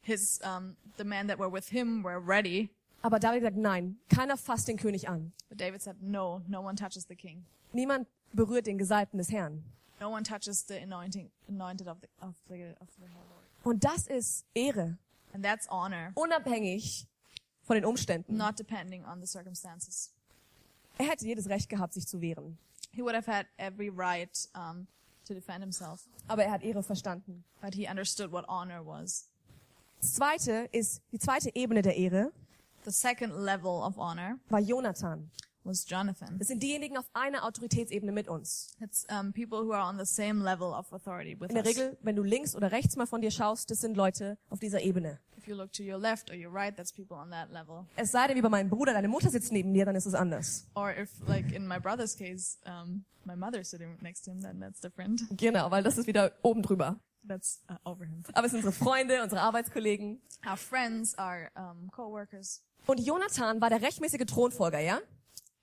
B: His, um, the men that were with him were ready.
A: Aber David sagt, nein, keiner fasst den König an.
B: But David said, no, no one touches the king.
A: Niemand berührt den Gesalbten des Herrn.
B: No one touches the anointing, anointed of the, of the, of the Lord.
A: Und das ist Ehre.
B: And that's honor,
A: Unabhängig von den Umständen.
B: not depending on the circumstances.
A: Er hätte jedes Recht gehabt, sich zu wehren.
B: He would have had every right, um, to defend himself,
A: Aber er hat Ehre verstanden.
B: but he understood what honor was.
A: Das zweite ist, die zweite Ebene der Ehre
B: The second level of honor
A: war Jonathan.
B: was Jonathan.
A: Das sind diejenigen auf einer Autoritätsebene mit uns.
B: It's um, people who are on the same level of authority with
A: In der
B: us.
A: Regel, wenn du links oder rechts mal von dir schaust, das sind Leute auf dieser Ebene.
B: If you look to your left or your right, that's people on that level.
A: Es sei denn, wie bei meinem Bruder, deine Mutter sitzt neben dir, dann ist es anders.
B: Or if, like in my brother's case, um, my mother's sitting next to him, then that's different.
A: Genau, weil das ist wieder oben drüber.
B: That's uh, over him.
A: Aber es sind unsere Freunde, unsere Arbeitskollegen.
B: Our friends, our um, co-workers,
A: Und Jonathan war der rechtmäßige Thronfolger, ja?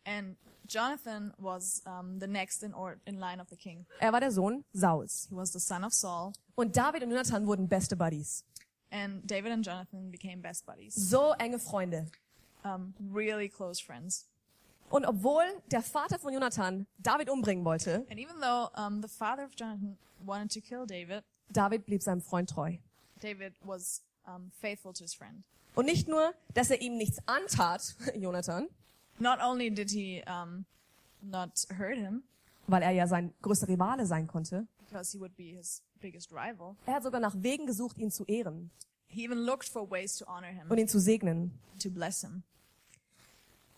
B: and Jonathan was um, the next in or in line of the king.
A: Er war der Sohn Sauls.
B: He was the son of Saul,
A: Und David und Jonathan wurden beste Buddies.
B: and David and Jonathan became best buddies,
A: So enge Freunde.
B: um, really close friends.
A: Und obwohl der Vater von Jonathan David umbringen wollte,
B: And even though um, the father of Jonathan wanted to kill David,
A: David blieb seinem Freund treu.
B: David was um, faithful to his friend.
A: Und nicht nur, dass er ihm nichts antat, Jonathan,
B: Not only did he um, not hurt him,
A: weil er ja sein größter Rivale sein konnte,
B: because he would be his biggest rival.
A: er hat sogar nach Wegen gesucht, ihn zu ehren
B: He even looked for ways to honor him,
A: und ihn zu segnen.
B: to bless him.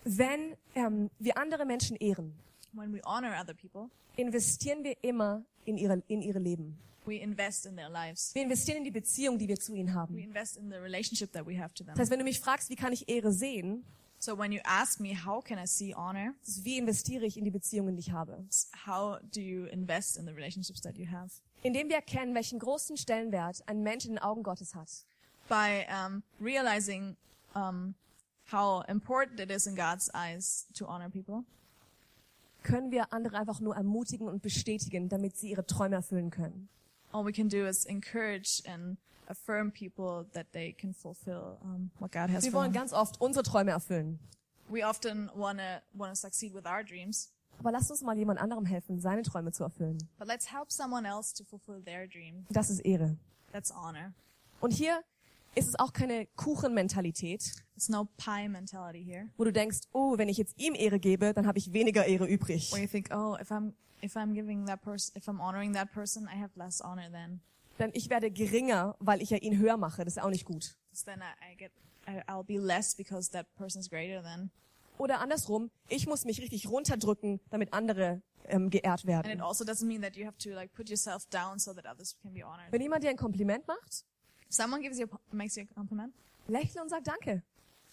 A: Wenn ähm, wir andere Menschen ehren,
B: When we honor other people,
A: investieren wir immer in ihre, in ihre Leben.
B: we invest in their lives.
A: Wir investieren in die Beziehung, die wir zu ihnen
B: We
A: haben.
B: invest in the relationship that we have to them.
A: Das heißt, wenn du mich fragst, wie kann ich Ehre sehen,
B: So when you ask me, how can I see honor?
A: das ist, wie investiere ich in die Beziehungen, die ich habe?
B: How do you invest in the relationships that you have?
A: Indem wir erkennen, welchen großen Stellenwert ein Mensch in den Augen Gottes hat.
B: By um, realizing um, how important it is in God's eyes to honor people,
A: können wir andere einfach nur ermutigen und bestätigen, damit sie ihre Träume erfüllen können.
B: all we can do is encourage and affirm people that they can fulfill um, what God has
A: Wir
B: for
A: wollen
B: them.
A: ganz oft unsere Träume erfüllen.
B: We often want to want to succeed with our dreams,
A: Aber lasst uns mal jemand anderem helfen, seine Träume zu erfüllen.
B: But let's help someone else to fulfill their dream.
A: Das ist Ehre.
B: That's honor.
A: Und hier ist es auch keine Kuchenmentalität,
B: It's no pie mentality here.
A: wo du denkst, oh, wenn ich jetzt ihm Ehre gebe, dann habe ich weniger Ehre übrig.
B: Where you think, oh, if I'm if I'm giving that person, if I'm honoring that person, I have less honor then,
A: Denn ich werde geringer, weil ich ja ihn höher mache. Das ist auch nicht gut.
B: 'Cause then I, I get I, I'll be less because that person's greater than.
A: Oder andersrum, ich muss mich richtig runterdrücken, damit andere ähm, geehrt
B: And it
A: werden.
B: also doesn't mean that you have to like put yourself down so that others can be honored.
A: Wenn jemand dir ein Kompliment macht,
B: If someone gives you a, po- makes you a compliment,
A: lächle und sag Danke.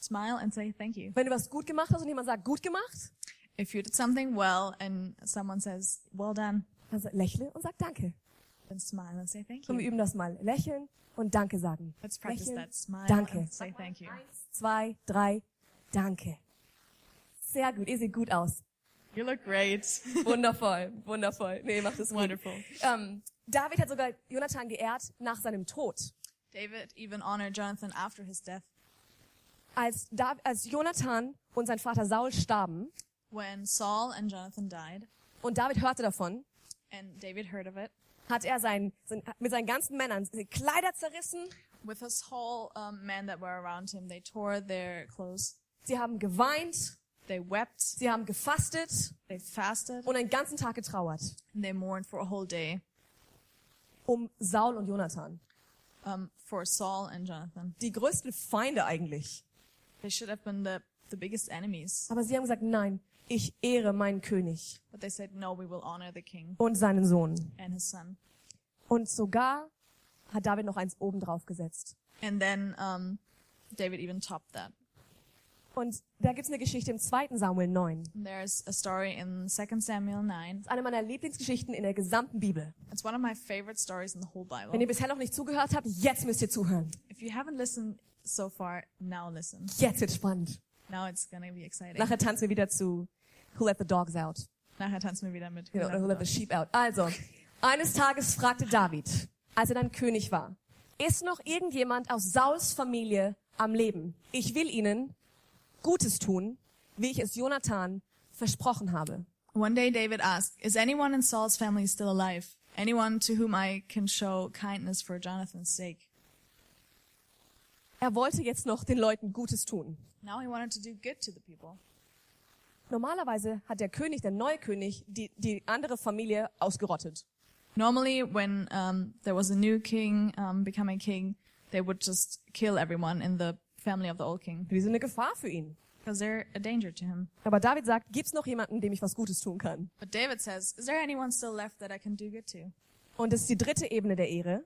B: smile and say thank you.
A: Wenn du was gut gemacht hast und jemand sagt, gut gemacht,
B: If you did something well and someone says well done,
A: dann sa- lächle und sag Danke.
B: then smile and say thank
A: Und wir
B: you.
A: üben das mal. Lächeln und Danke sagen.
B: Let's practice
A: Lächeln,
B: that smile
A: Danke.
B: and say thank you.
A: Eins, zwei, drei, Danke. Sehr gut, ihr seht gut aus.
B: You look great.
A: Wundervoll, wundervoll. Nee, macht es
B: Wonderful.
A: Ähm, David hat sogar Jonathan geehrt nach seinem Tod.
B: David even honored Jonathan after his death.
A: Als, Dav als Jonathan und sein Vater Saul starben
B: When Saul and Jonathan died,
A: und David hörte davon,
B: and David heard of it,
A: hat er sein, sein, mit seinen ganzen Männern die Kleider zerrissen.
B: with his whole um, men that were around him, they tore their clothes.
A: Sie haben geweint.
B: They wept,
A: Sie haben gefastet
B: they fasted,
A: und einen ganzen Tag getrauert
B: and they mourned for a whole day
A: um Saul und Jonathan.
B: um, for Saul and Jonathan.
A: Die größten Feinde eigentlich.
B: They should have been the, the biggest enemies.
A: Aber sie haben gesagt, nein, ich ehre meinen König
B: But they said, no, we will honor the king
A: und seinen Sohn.
B: and his son.
A: Und sogar hat David noch eins obendrauf gesetzt.
B: And then um, David even topped that.
A: Und da gibt's eine Geschichte im 2. Samuel 9. Das
B: There's a story in 2 Samuel 9.
A: ist eine meiner Lieblingsgeschichten in der gesamten Bibel.
B: It's one of my favorite stories in the whole Bible.
A: Wenn ihr bisher noch nicht zugehört habt, jetzt müsst ihr zuhören.
B: If you haven't listened so far, now listen.
A: Jetzt wird's spannend.
B: Now it's gonna be exciting.
A: Nachher tanzen wir wieder zu Who Let the Dogs Out.
B: Nachher tanzen wir wieder mit.
A: Genau, oder Who Let the Sheep Out. Also, eines Tages fragte David, als er dann König war, ist noch irgendjemand aus Sauls Familie am Leben? Ich will ihnen Gutes tun, wie ich es Jonathan versprochen habe.
B: One day David asked, Is anyone in Saul's family still alive? Anyone to whom I can show kindness for Jonathan's sake?
A: Er wollte jetzt noch den Leuten Gutes tun.
B: Now he wanted to do good to the people.
A: Normalerweise hat der König, der neue König, die, die andere Familie ausgerottet.
B: Normally, when um, there was a new king um, becoming king, they would just kill everyone in the family of the old king
A: Die sind eine Gefahr für ihn.
B: because they're a danger to him.
A: Aber David sagt, gibt's noch jemanden, dem ich was Gutes tun kann?
B: But David says, Is there anyone still left that I can do good to?
A: Und das ist die dritte Ebene der Ehre.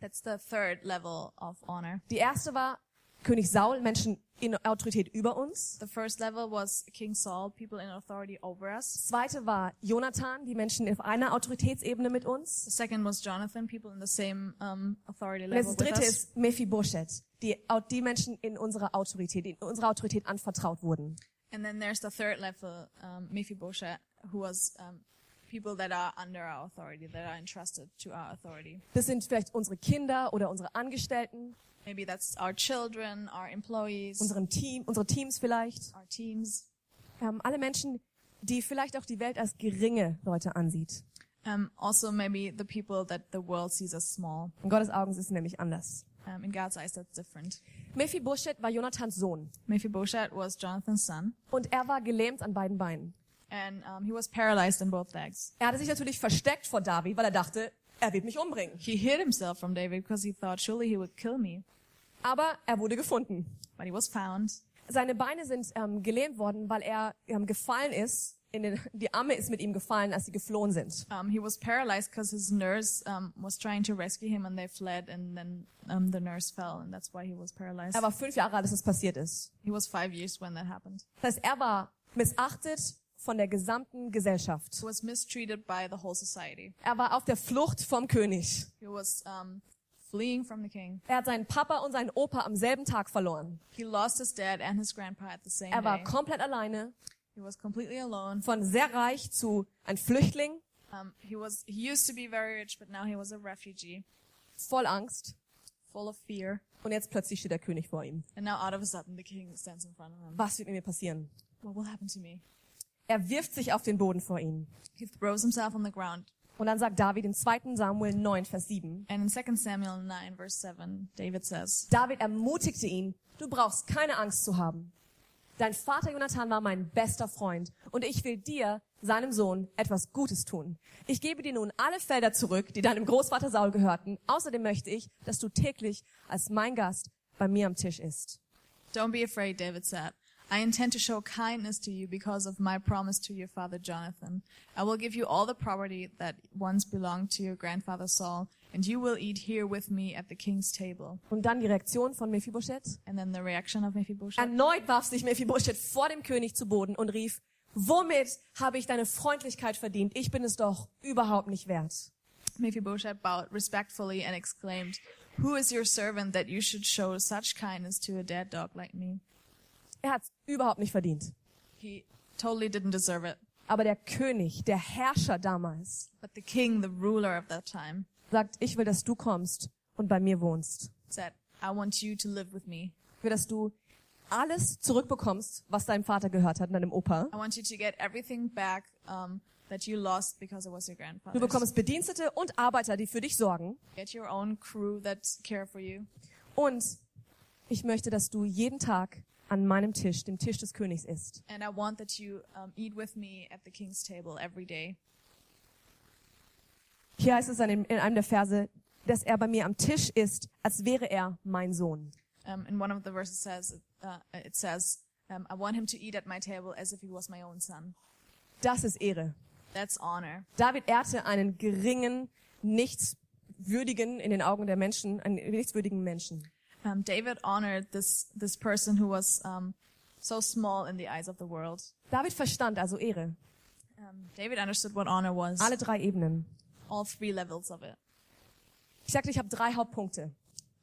B: That's the third level of honor.
A: Die erste war König Saul, Menschen in Autorität über uns.
B: The first level was King Saul, people in authority over us.
A: Zweite war Jonathan, die Menschen auf einer Autoritätsebene mit uns.
B: The second was Jonathan, people in the same um, authority
A: Und
B: level
A: das
B: with
A: dritte
B: us.
A: ist Mephibosheth, die, au- die Menschen in unserer Autorität, die in unserer Autorität anvertraut wurden.
B: And then there's the third level, um, Mephibosheth, who was um, people that are under our authority, that are entrusted to our authority.
A: Das sind vielleicht unsere Kinder oder unsere Angestellten,
B: Maybe that's our children, our employees,
A: unseren Team, unsere Teams vielleicht.
B: our teams,
A: Ähm, alle Menschen, die vielleicht auch die Welt als geringe Leute ansieht.
B: um, also maybe the people that the world sees as small.
A: In Gottes Augen ist es nämlich anders.
B: Um, in God's eyes, that's different.
A: Mephibosheth war Jonathans Sohn
B: Mephibosheth was Jonathan's son,
A: und er war gelähmt an beiden Beinen.
B: and um, he was paralyzed in both legs.
A: Er hatte sich natürlich versteckt vor David, weil er dachte, er wird mich umbringen.
B: He hid himself from David because he thought surely he would kill me,
A: Aber er wurde gefunden.
B: but he was found.
A: Seine Beine sind ähm, gelähmt worden, weil er ähm, gefallen ist. In den, die Amme ist mit ihm gefallen, als sie geflohen sind.
B: Um, he was paralyzed because his nurse um, was trying to rescue him and they fled and then um, the nurse fell and that's why he was paralyzed.
A: Er war fünf Jahre alt, als das passiert ist.
B: He was five years when that happened.
A: Das heißt, er war missachtet von der gesamten Gesellschaft.
B: He was mistreated by the whole society.
A: Er war auf der Flucht vom König.
B: He was um, fleeing from the king.
A: Er hat seinen Papa und seinen Opa am selben Tag verloren.
B: He lost his dad and his grandpa at the same
A: Er war
B: day.
A: komplett alleine,
B: He was completely alone.
A: von sehr reich zu ein Flüchtling,
B: Um, he was he used to be very rich, but now he was a refugee,
A: voll Angst.
B: full of fear.
A: Und jetzt plötzlich steht der König vor ihm.
B: And now, out of a sudden, the king stands in front of him.
A: Was wird mit mir passieren?
B: What will happen to me?
A: Er wirft sich auf den Boden vor ihm.
B: He throws himself on the ground.
A: Und dann sagt David im 2. Samuel 9, Vers 7.
B: And in 2 Samuel 9, verse 7, David says,
A: David ermutigte ihn, du brauchst keine Angst zu haben. Dein Vater Jonathan war mein bester Freund und ich will dir, seinem Sohn, etwas Gutes tun. Ich gebe dir nun alle Felder zurück, die deinem Großvater Saul gehörten. Außerdem möchte ich, dass du täglich als mein Gast bei mir am Tisch isst.
B: Don't be afraid, David said. I intend to show kindness to you because of my promise to your father Jonathan. I will give you all the property that once belonged to your grandfather Saul, and you will eat here with me at the king's table.
A: Und dann die Reaktion von Mephibosheth.
B: And then the reaction of Mephibosheth.
A: Erneut warf sich Mephibosheth vor dem König zu Boden und rief, womit habe ich deine Freundlichkeit verdient? Ich bin es doch überhaupt nicht wert.
B: Mephibosheth bowed respectfully and exclaimed, Who is your servant that you should show such kindness to a dead dog like me?
A: Er hat es überhaupt nicht verdient.
B: He totally didn't deserve it.
A: Aber der König, der Herrscher damals,
B: But the king, the ruler of that time,
A: sagt, ich will, dass du kommst und bei mir wohnst.
B: said, I want you to live with me.
A: Ich will, dass du alles zurückbekommst, was deinem Vater gehört hat und deinem Opa.
B: I want you to get everything back um, that you lost because it was your grandfather.
A: Du bekommst Bedienstete und Arbeiter, die für dich sorgen.
B: get your own crew that care for you,
A: Und ich möchte, dass du jeden Tag an meinem Tisch, dem Tisch des Königs, isst.
B: And I want that you um, eat with me at the king's table every day.
A: Hier heißt es an dem, in einem der Verse, dass er bei mir am Tisch ist, als wäre er mein Sohn.
B: Um, in one of the verses says, uh, it says, um, I want him to eat at my table as if he was my own son.
A: Das ist Ehre.
B: That's honor.
A: David ehrte einen geringen, nichtswürdigen, in den Augen der Menschen, einen nichtswürdigen Menschen.
B: Um, David honored this, this person who was um, so small in the eyes of the world.
A: David verstand also Ehre.
B: Um, David understood what honor was,
A: Alle drei Ebenen.
B: all three levels of it.
A: Ich sagte, ich habe drei Hauptpunkte.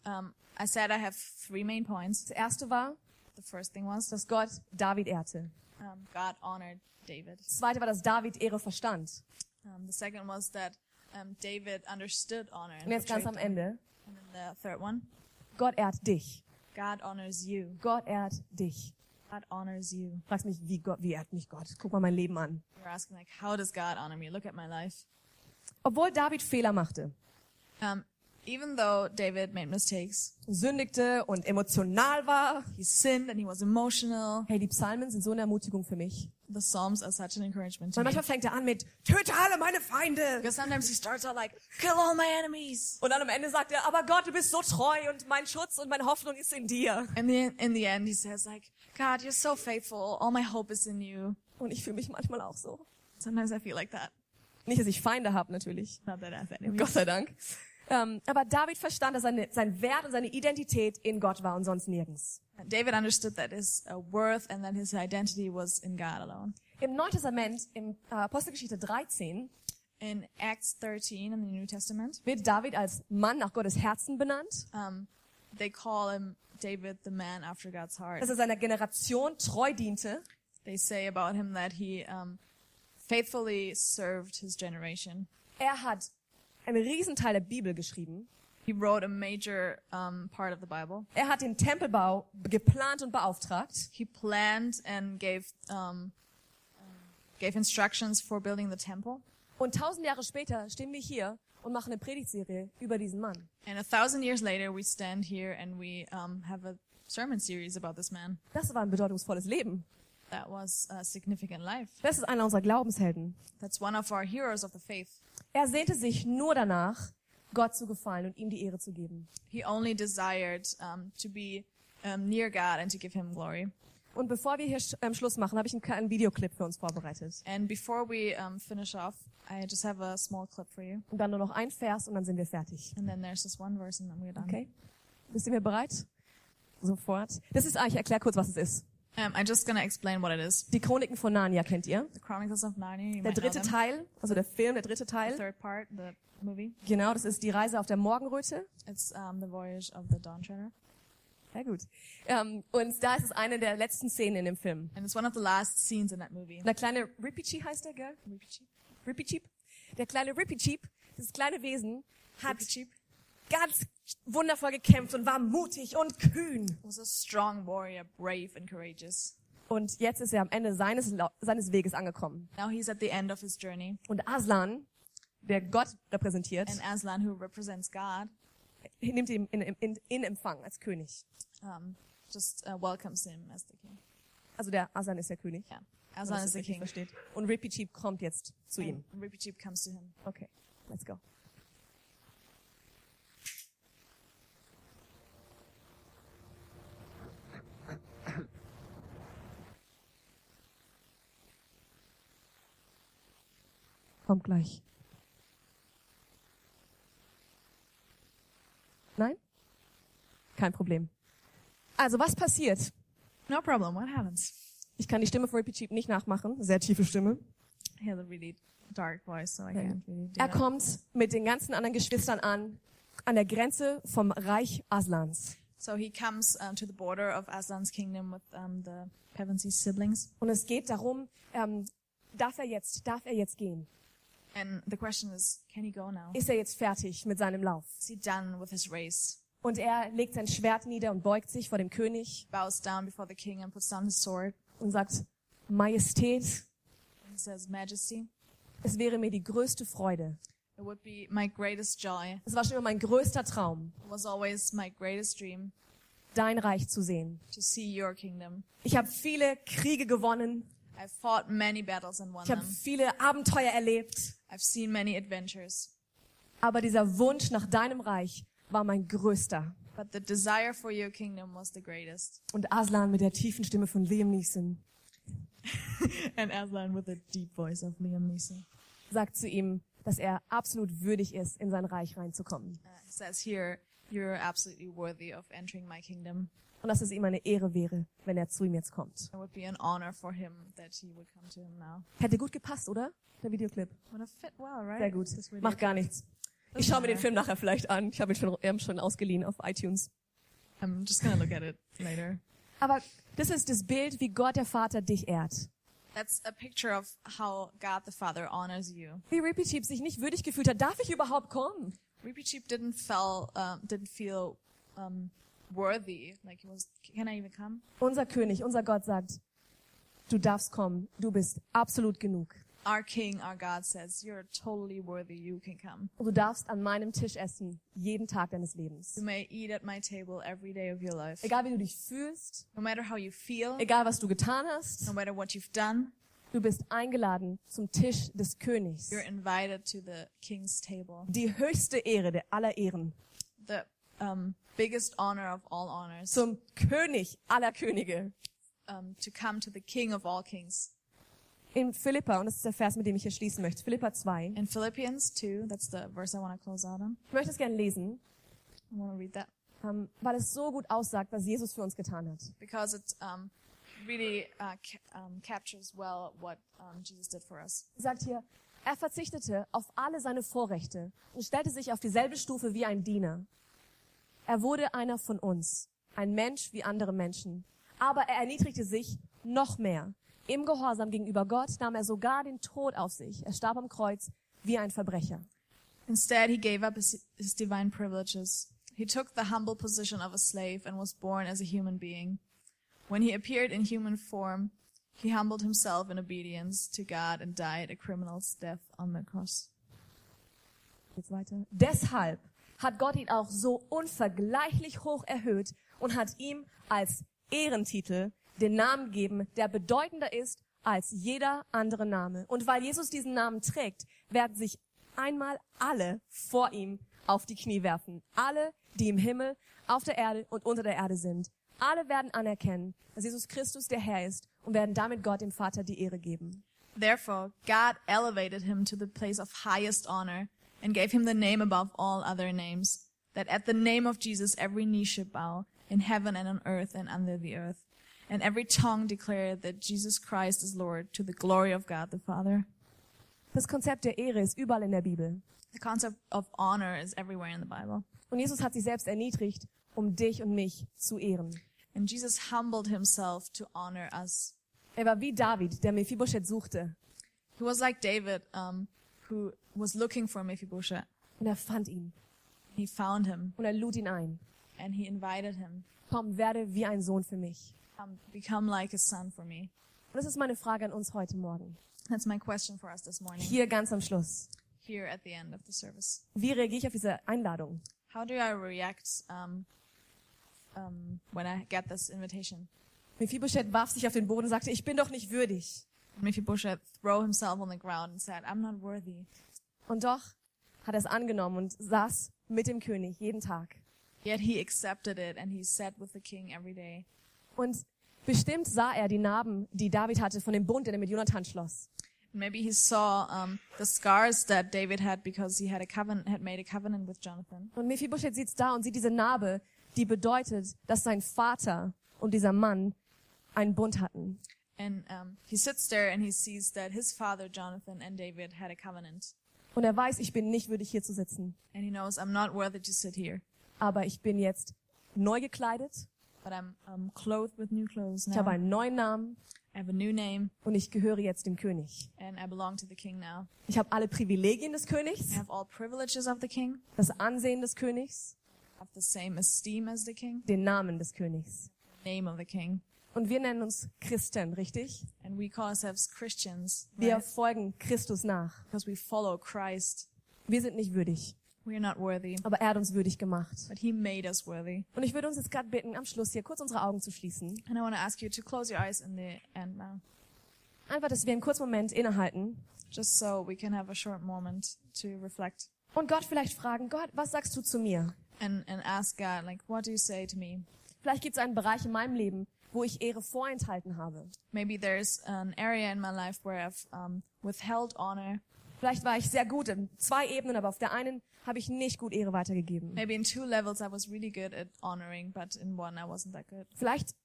B: Um, I said I have three main points.
A: Das erste war,
B: The first thing was
A: dass Gott David ehrte.
B: um, God honored David.
A: Das zweite war, dass David Ehre verstand.
B: Um, the second was that um, David understood honor. And
A: Und jetzt ganz
B: portrayed
A: am
B: honor.
A: Ende.
B: And then the third one,
A: Gott ehrt dich.
B: God honors you.
A: Gott ehrt dich.
B: God honors you.
A: Fragst mich, wie Gott, wie ehrt mich Gott? Guck mal mein Leben an.
B: You're asking like, how does God honor me? Look at my life.
A: Obwohl David Fehler machte,
B: Um, even though David made mistakes,
A: sündigte und emotional war,
B: he sinned and he was emotional.
A: hey, die Psalmen sind so eine Ermutigung für mich.
B: The Psalms are such an encouragement to
A: Weil
B: me.
A: manchmal fängt er an mit, töte alle meine Feinde.
B: Because sometimes he starts out like, kill all my enemies.
A: Und dann am Ende sagt er, aber Gott, du bist so treu und mein Schutz und meine Hoffnung ist in dir.
B: And then in the end, he says like, God, you're so faithful. All my hope is in you.
A: Und ich fühle mich manchmal auch so.
B: Sometimes I feel like that.
A: Nicht, dass ich Feinde habe, natürlich.
B: Not that I have enemies.
A: Gott sei Dank. Ähm, aber David verstand, dass seine, sein Wert und seine Identität in Gott war und sonst nirgends.
B: David understood that his uh, worth and that his identity was in God alone.
A: Im Neuen Testament, im äh, Apostelgeschichte 13,
B: In Acts 13 in the New Testament,
A: wird David als Mann nach Gottes Herzen benannt,
B: um, they call him David, the man after God's heart.
A: dass er seiner Generation treu diente
B: They say about him that he um, faithfully served his generation.
A: Er hat einen Riesenteil der Bibel geschrieben.
B: He wrote a major um, part of the Bible.
A: Er hat den Tempelbau geplant und beauftragt.
B: He planned and gave um, gave instructions for building the temple.
A: Und tausend Jahre später stehen wir hier und machen eine Predigtserie über diesen Mann.
B: And a thousand years later, we stand here and we um, have a sermon series about this man.
A: Das war ein bedeutungsvolles Leben.
B: That was a significant life.
A: Das ist einer unserer Glaubenshelden.
B: That's one of our heroes of the faith.
A: Er sehnte sich nur danach, Gott zu gefallen und ihm die Ehre zu geben.
B: He only desired um, to be um, near God and to give Him glory.
A: Und bevor wir hier sch- ähm, Schluss machen, habe ich einen kleinen Videoclip für uns vorbereitet.
B: And before we um, finish off, I just have a small clip for you.
A: Und dann nur noch ein Vers und dann sind wir fertig.
B: And then there's this one verse, and then we're done.
A: Okay? Bist ihr mir bereit? Sofort. Das ist, ah, ich erkläre kurz, was es ist.
B: Um, I'm just gonna explain what it is.
A: Die Chroniken von Narnia kennt ihr.
B: The Chronicles of Narnia.
A: Der
B: You might know
A: dritte
B: them.
A: Teil, also der Film, der dritte
B: The
A: Teil.
B: third part, the movie.
A: Genau, das ist die Reise auf der Morgenröte.
B: It's um, the voyage of the Dawn Treader,
A: Sehr gut. Ähm, und da ist es eine der letzten Szenen in dem Film.
B: and it's one of the last scenes in that movie.
A: Der kleine Ripichi heißt der, gell? Ripichi? Ripichi? Der kleine Ripichi, dieses kleine Wesen, hat ganz wundervoll gekämpft und war mutig und kühn.
B: was a strong warrior, brave and courageous.
A: Und jetzt ist er am Ende seines, Lau- seines Weges angekommen.
B: Now he's at the end of his journey,
A: Und Aslan, der Gott repräsentiert,
B: and Aslan, who represents God,
A: nimmt ihn in, in, in Empfang als König.
B: um, just uh, welcomes him as the king.
A: Also der Aslan ist der König.
B: Yeah, Aslan
A: das
B: is the
A: richtig
B: king.
A: versteht. Und Rippy Cheap kommt jetzt zu ihm.
B: Ripijip comes to him.
A: Okay, let's go. Kommt gleich. Nein? Kein Problem. Also, was passiert?
B: No problem. What happens?
A: Ich kann die Stimme von Rippy Cheap nicht nachmachen. Sehr tiefe Stimme.
B: He had a really dark voice, so I
A: Yeah.
B: can't really do
A: Er
B: that.
A: kommt mit den ganzen anderen Geschwistern an, an der Grenze vom Reich Aslans.
B: So he comes um, to the border of Aslan's kingdom with um, the Pevensey siblings,
A: Und es geht darum, ähm, darf er jetzt, darf er jetzt gehen?
B: and the question is, can he go now?
A: Ist er jetzt fertig mit seinem Lauf?
B: Is he done with his race?
A: Und er legt sein Schwert nieder und beugt sich vor dem König
B: Bows down before the king and puts down his sword.
A: und sagt, Majestät,
B: And he says, "Majesty,
A: es wäre mir die größte Freude.
B: it would be my greatest joy.
A: Es war schon immer mein größter Traum,
B: It was always my greatest dream
A: dein Reich zu sehen.
B: to see your kingdom.
A: Ich habe viele Kriege gewonnen.
B: I've fought many battles and won
A: Ich habe
B: them.
A: viele Abenteuer erlebt.
B: I've seen many adventures.
A: Aber dieser Wunsch nach deinem Reich war mein größter.
B: But the desire for your kingdom was the greatest.
A: Und Aslan mit der tiefen Stimme von Liam Neeson
B: And Aslan with the deep voice of Liam Neeson
A: sagt zu ihm, dass er absolut würdig ist, in sein Reich reinzukommen.
B: uh, says here, you're absolutely worthy of entering my kingdom.
A: Und dass es ihm eine Ehre wäre, wenn er zu ihm jetzt kommt.
B: It would be an honor for him that he would come to him now.
A: Hätte gut gepasst, oder? Der Videoclip.
B: Would have fit well, right?
A: Sehr gut.
B: This really-
A: Macht gar nichts. Ich schaue mir den Film nachher vielleicht an. Ich habe ihn schon, wir haben schon ausgeliehen auf iTunes.
B: I'm just gonna look at it later.
A: Aber das ist das Bild, wie Gott der Vater dich ehrt.
B: That's a picture of how God the Father honors you.
A: Wie Rippy Cheap sich nicht würdig gefühlt hat. Darf ich überhaupt kommen?
B: Reapy Cheap didn't feel um, didn't feel um, worthy. Like he was, can I even come?
A: Unser König, unser Gott sagt, du darfst kommen. Du bist absolut genug.
B: Our King, our God says, you're totally worthy. You can come.
A: Und du darfst an meinem Tisch essen. Jeden Tag deines Lebens.
B: You may eat at my table every day of your life.
A: Egal wie du dich fühlst,
B: No matter how you feel,
A: egal was du getan hast,
B: no matter what you've done,
A: du bist eingeladen zum Tisch des Königs.
B: you're invited to the King's table.
A: Die höchste Ehre der aller Ehren.
B: The um, biggest honor of all honors.
A: Zum König aller Könige.
B: um, to come to the King of all kings.
A: In Philippa, und das ist der Vers, mit dem ich hier schließen möchte, Philippa 2.
B: In Philippians 2, that's the verse I want to close out on.
A: Ich möchte es gerne lesen,
B: I want to read that
A: ähm, weil es so gut aussagt, was Jesus für uns getan hat.
B: because it um, really uh, ca- um, captures well what um, Jesus did for us.
A: Er sagt hier, er verzichtete auf alle seine Vorrechte und stellte sich auf dieselbe Stufe wie ein Diener. Er wurde einer von uns, ein Mensch wie andere Menschen. Aber er erniedrigte sich noch mehr. Im Gehorsam gegenüber Gott nahm er sogar den Tod auf sich. Er starb am Kreuz wie ein Verbrecher.
B: Instead, he gave up his, his divine privileges. He took the humble position of a slave and was born as a human being. When he appeared in human form, he humbled himself in obedience to God and died a criminal's death on the cross.
A: Geht's weiter? Deshalb hat Gott ihn auch so unvergleichlich hoch erhöht und hat ihm als Ehrentitel den Namen gegeben, der bedeutender ist als jeder andere Name. Und weil Jesus diesen Namen trägt, werden sich einmal alle vor ihm auf die Knie werfen. Alle, die im Himmel, auf der Erde und unter der Erde sind. Alle werden anerkennen, dass Jesus Christus der Herr ist und werden damit Gott dem Vater die Ehre geben.
B: Therefore, God elevated him to the place of highest honor and gave him the name above all other names, that at the name of Jesus every knee should bow, in heaven and on earth and under the earth, and every tongue declare that Jesus Christ is Lord to the glory of God the Father.
A: Das Konzept der Ehre ist überall in der Bibel.
B: The concept of honor is everywhere in the Bible.
A: Und Jesus hat sich selbst erniedrigt, um dich und mich zu ehren.
B: And Jesus humbled himself to honor us.
A: Er war wie David, der Mephibosheth suchte.
B: He was like David, um, who was looking for Mephibosheth.
A: Und er fand ihn.
B: He found him
A: Und er lud ihn ein.
B: and he invited him.
A: Komm, werde wie ein Sohn für mich.
B: Come, become like a son for me.
A: Und das ist meine Frage an uns heute Morgen.
B: That's my question for us this morning,
A: Hier ganz am Schluss.
B: here at the end of the service.
A: Wie reagiere ich auf diese Einladung?
B: How do I react um, um, when I get this invitation?
A: Mephibosheth warf sich auf den Boden und sagte, ich bin doch nicht würdig.
B: Mephibosheth threw himself on the ground and said, I'm not worthy.
A: Und doch hat er es angenommen und saß mit dem König jeden Tag.
B: Yet he accepted it and he sat with the king every day.
A: Und bestimmt sah er die Narben, die David hatte, von dem Bund, den er mit Jonathan schloss.
B: Maybe he saw um, the scars that David had because he had a covenant, had made a covenant with Jonathan.
A: Und Mephibosheth sieht's da und sieht diese Narbe, die bedeutet, dass sein Vater und dieser Mann einen Bund hatten.
B: And um, he sits there and he sees that his father Jonathan and David had a covenant.
A: Und er weiß, ich bin nicht würdig hier zu sitzen,
B: And he knows I'm not worthy to sit here,
A: aber ich bin jetzt neu gekleidet,
B: but I'm um, clothed with new clothes
A: ich habe
B: now.
A: einen neuen Namen
B: I have a new name.
A: und ich gehöre jetzt dem König.
B: and I belong to the king now.
A: Ich habe alle Privilegien des
B: I
A: Königs,
B: have all privileges of the king,
A: das Ansehen des Königs,
B: I have the same esteem as the king,
A: den Namen des Königs.
B: name of the king.
A: Und wir nennen uns Christen, richtig?
B: And we call ourselves Christians
A: Wir
B: right?
A: folgen Christus nach.
B: because we follow Christ.
A: Wir sind nicht würdig.
B: We're not worthy,
A: aber er hat uns würdig gemacht.
B: but He made us worthy.
A: Und ich würde uns jetzt gerade bitten, am Schluss hier kurz unsere Augen zu schließen.
B: And I want to ask you to close your eyes in the end now,
A: Einfach, dass wir einen kurzen Moment innehalten
B: just so we can have a short moment to reflect
A: und Gott vielleicht fragen, Gott, was sagst du zu mir?
B: and, and ask God, like, what do you say to me?
A: Vielleicht gibt es einen Bereich in meinem Leben, wo ich Ehre vorenthalten habe.
B: Maybe there's an area in my life where I've um, withheld honor.
A: Vielleicht war ich sehr gut in zwei Ebenen, aber auf der einen habe ich nicht gut Ehre weitergegeben.
B: Maybe in two levels I was really good at honoring, but in one I wasn't that good.
A: Vielleicht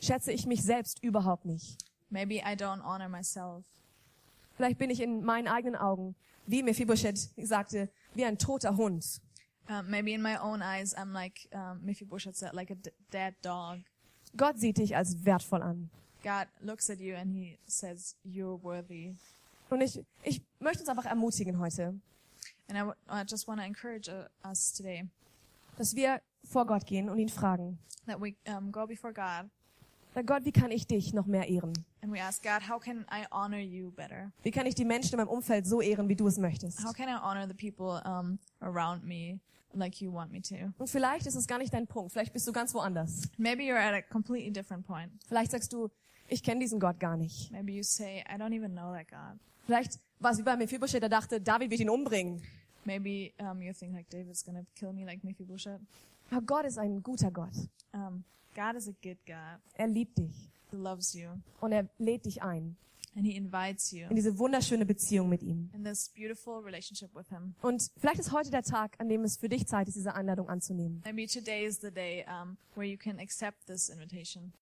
A: schätze ich mich selbst überhaupt nicht.
B: Maybe I don't honor myself.
A: Vielleicht bin ich in meinen eigenen Augen, wie Mephibosheth sagte, wie ein toter Hund.
B: Uh, maybe in my own eyes I'm like um, Mephibosheth said, like a d- dead dog.
A: Gott sieht dich als wertvoll an.
B: God looks at you and He says, "You're worthy."
A: Und ich, ich möchte uns einfach ermutigen heute,
B: And I, w- I just want to encourage uh, us today
A: dass wir vor Gott gehen und ihn fragen,
B: that we um, go before God
A: Na Gott, wie kann ich dich noch mehr ehren?
B: and we ask God, "How can I honor you better?
A: Wie kann ich die Menschen in meinem Umfeld so ehren, wie du es möchtest?
B: How can I honor the people um, around me like you want me to?"
A: Und vielleicht ist es gar nicht dein Punkt. Vielleicht bist du ganz woanders.
B: Maybe you're at a completely different point.
A: Vielleicht sagst du, ich kenne diesen Gott gar nicht.
B: Maybe you say, "I don't even know that God."
A: Vielleicht war es wie bei Mephibosheth, der dachte, David wird ihn umbringen.
B: Maybe um, you think like David's gonna kill me like Mephibosheth.
A: Aber Gott ist ein guter Gott.
B: Um, God is a good God.
A: Er liebt dich.
B: He loves you
A: Und er lädt dich ein
B: and He invites you
A: in diese wunderschöne Beziehung mit ihm.
B: in this beautiful relationship with Him.
A: Und vielleicht ist heute der Tag, an dem es für dich Zeit ist, diese Einladung anzunehmen.
B: Maybe today is the day um, where you can accept this invitation.